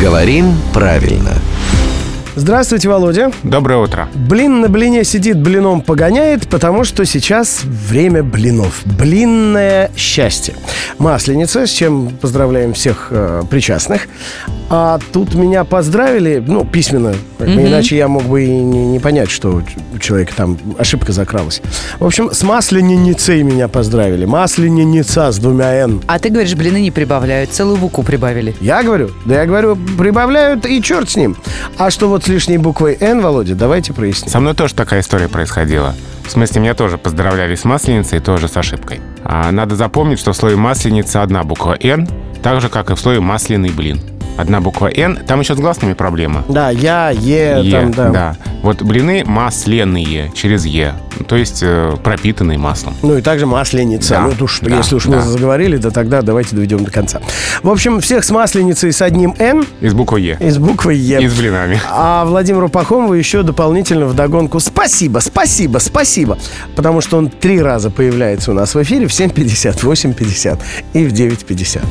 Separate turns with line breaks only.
Говорим правильно.
Здравствуйте, Володя.
Доброе утро.
Блин на блине сидит, блином погоняет, потому что сейчас время блинов. Блинное счастье. Масленица, с чем поздравляем всех э, причастных. А тут меня поздравили, ну, письменно, как бы, иначе я мог бы и не, не понять, что у человека там ошибка закралась. В общем, с масленицей меня поздравили. Масленица с двумя «н».
А ты говоришь, блины не прибавляют, целую букву прибавили.
Я говорю, да я говорю, прибавляют и черт с ним. А что вот с лишней буквой «Н», Володя, давайте проясним.
Со мной тоже такая история происходила. В смысле, меня тоже поздравляли с масленицей, тоже с ошибкой. А, надо запомнить, что в слове масленица одна буква «Н», так же, как и в слове масляный блин. Одна буква «Н», там еще с гласными проблема.
Да, я, е,
Е,
Э, там, да.
Вот блины масляные через «е», то есть э, пропитанные маслом.
Ну и также масленица.
Да,
ну, то, что,
да,
если уж мы
да.
заговорили, да тогда давайте доведем до конца. В общем, всех с масленицей с одним «Н»
И с буквой «е»,
и с буквой «Е».
и с блинами.
А Владимиру Пахомову еще дополнительно вдогонку спасибо, спасибо, спасибо. Потому что он три раза появляется у нас в эфире в 7.50, 8.50 и в 9.50.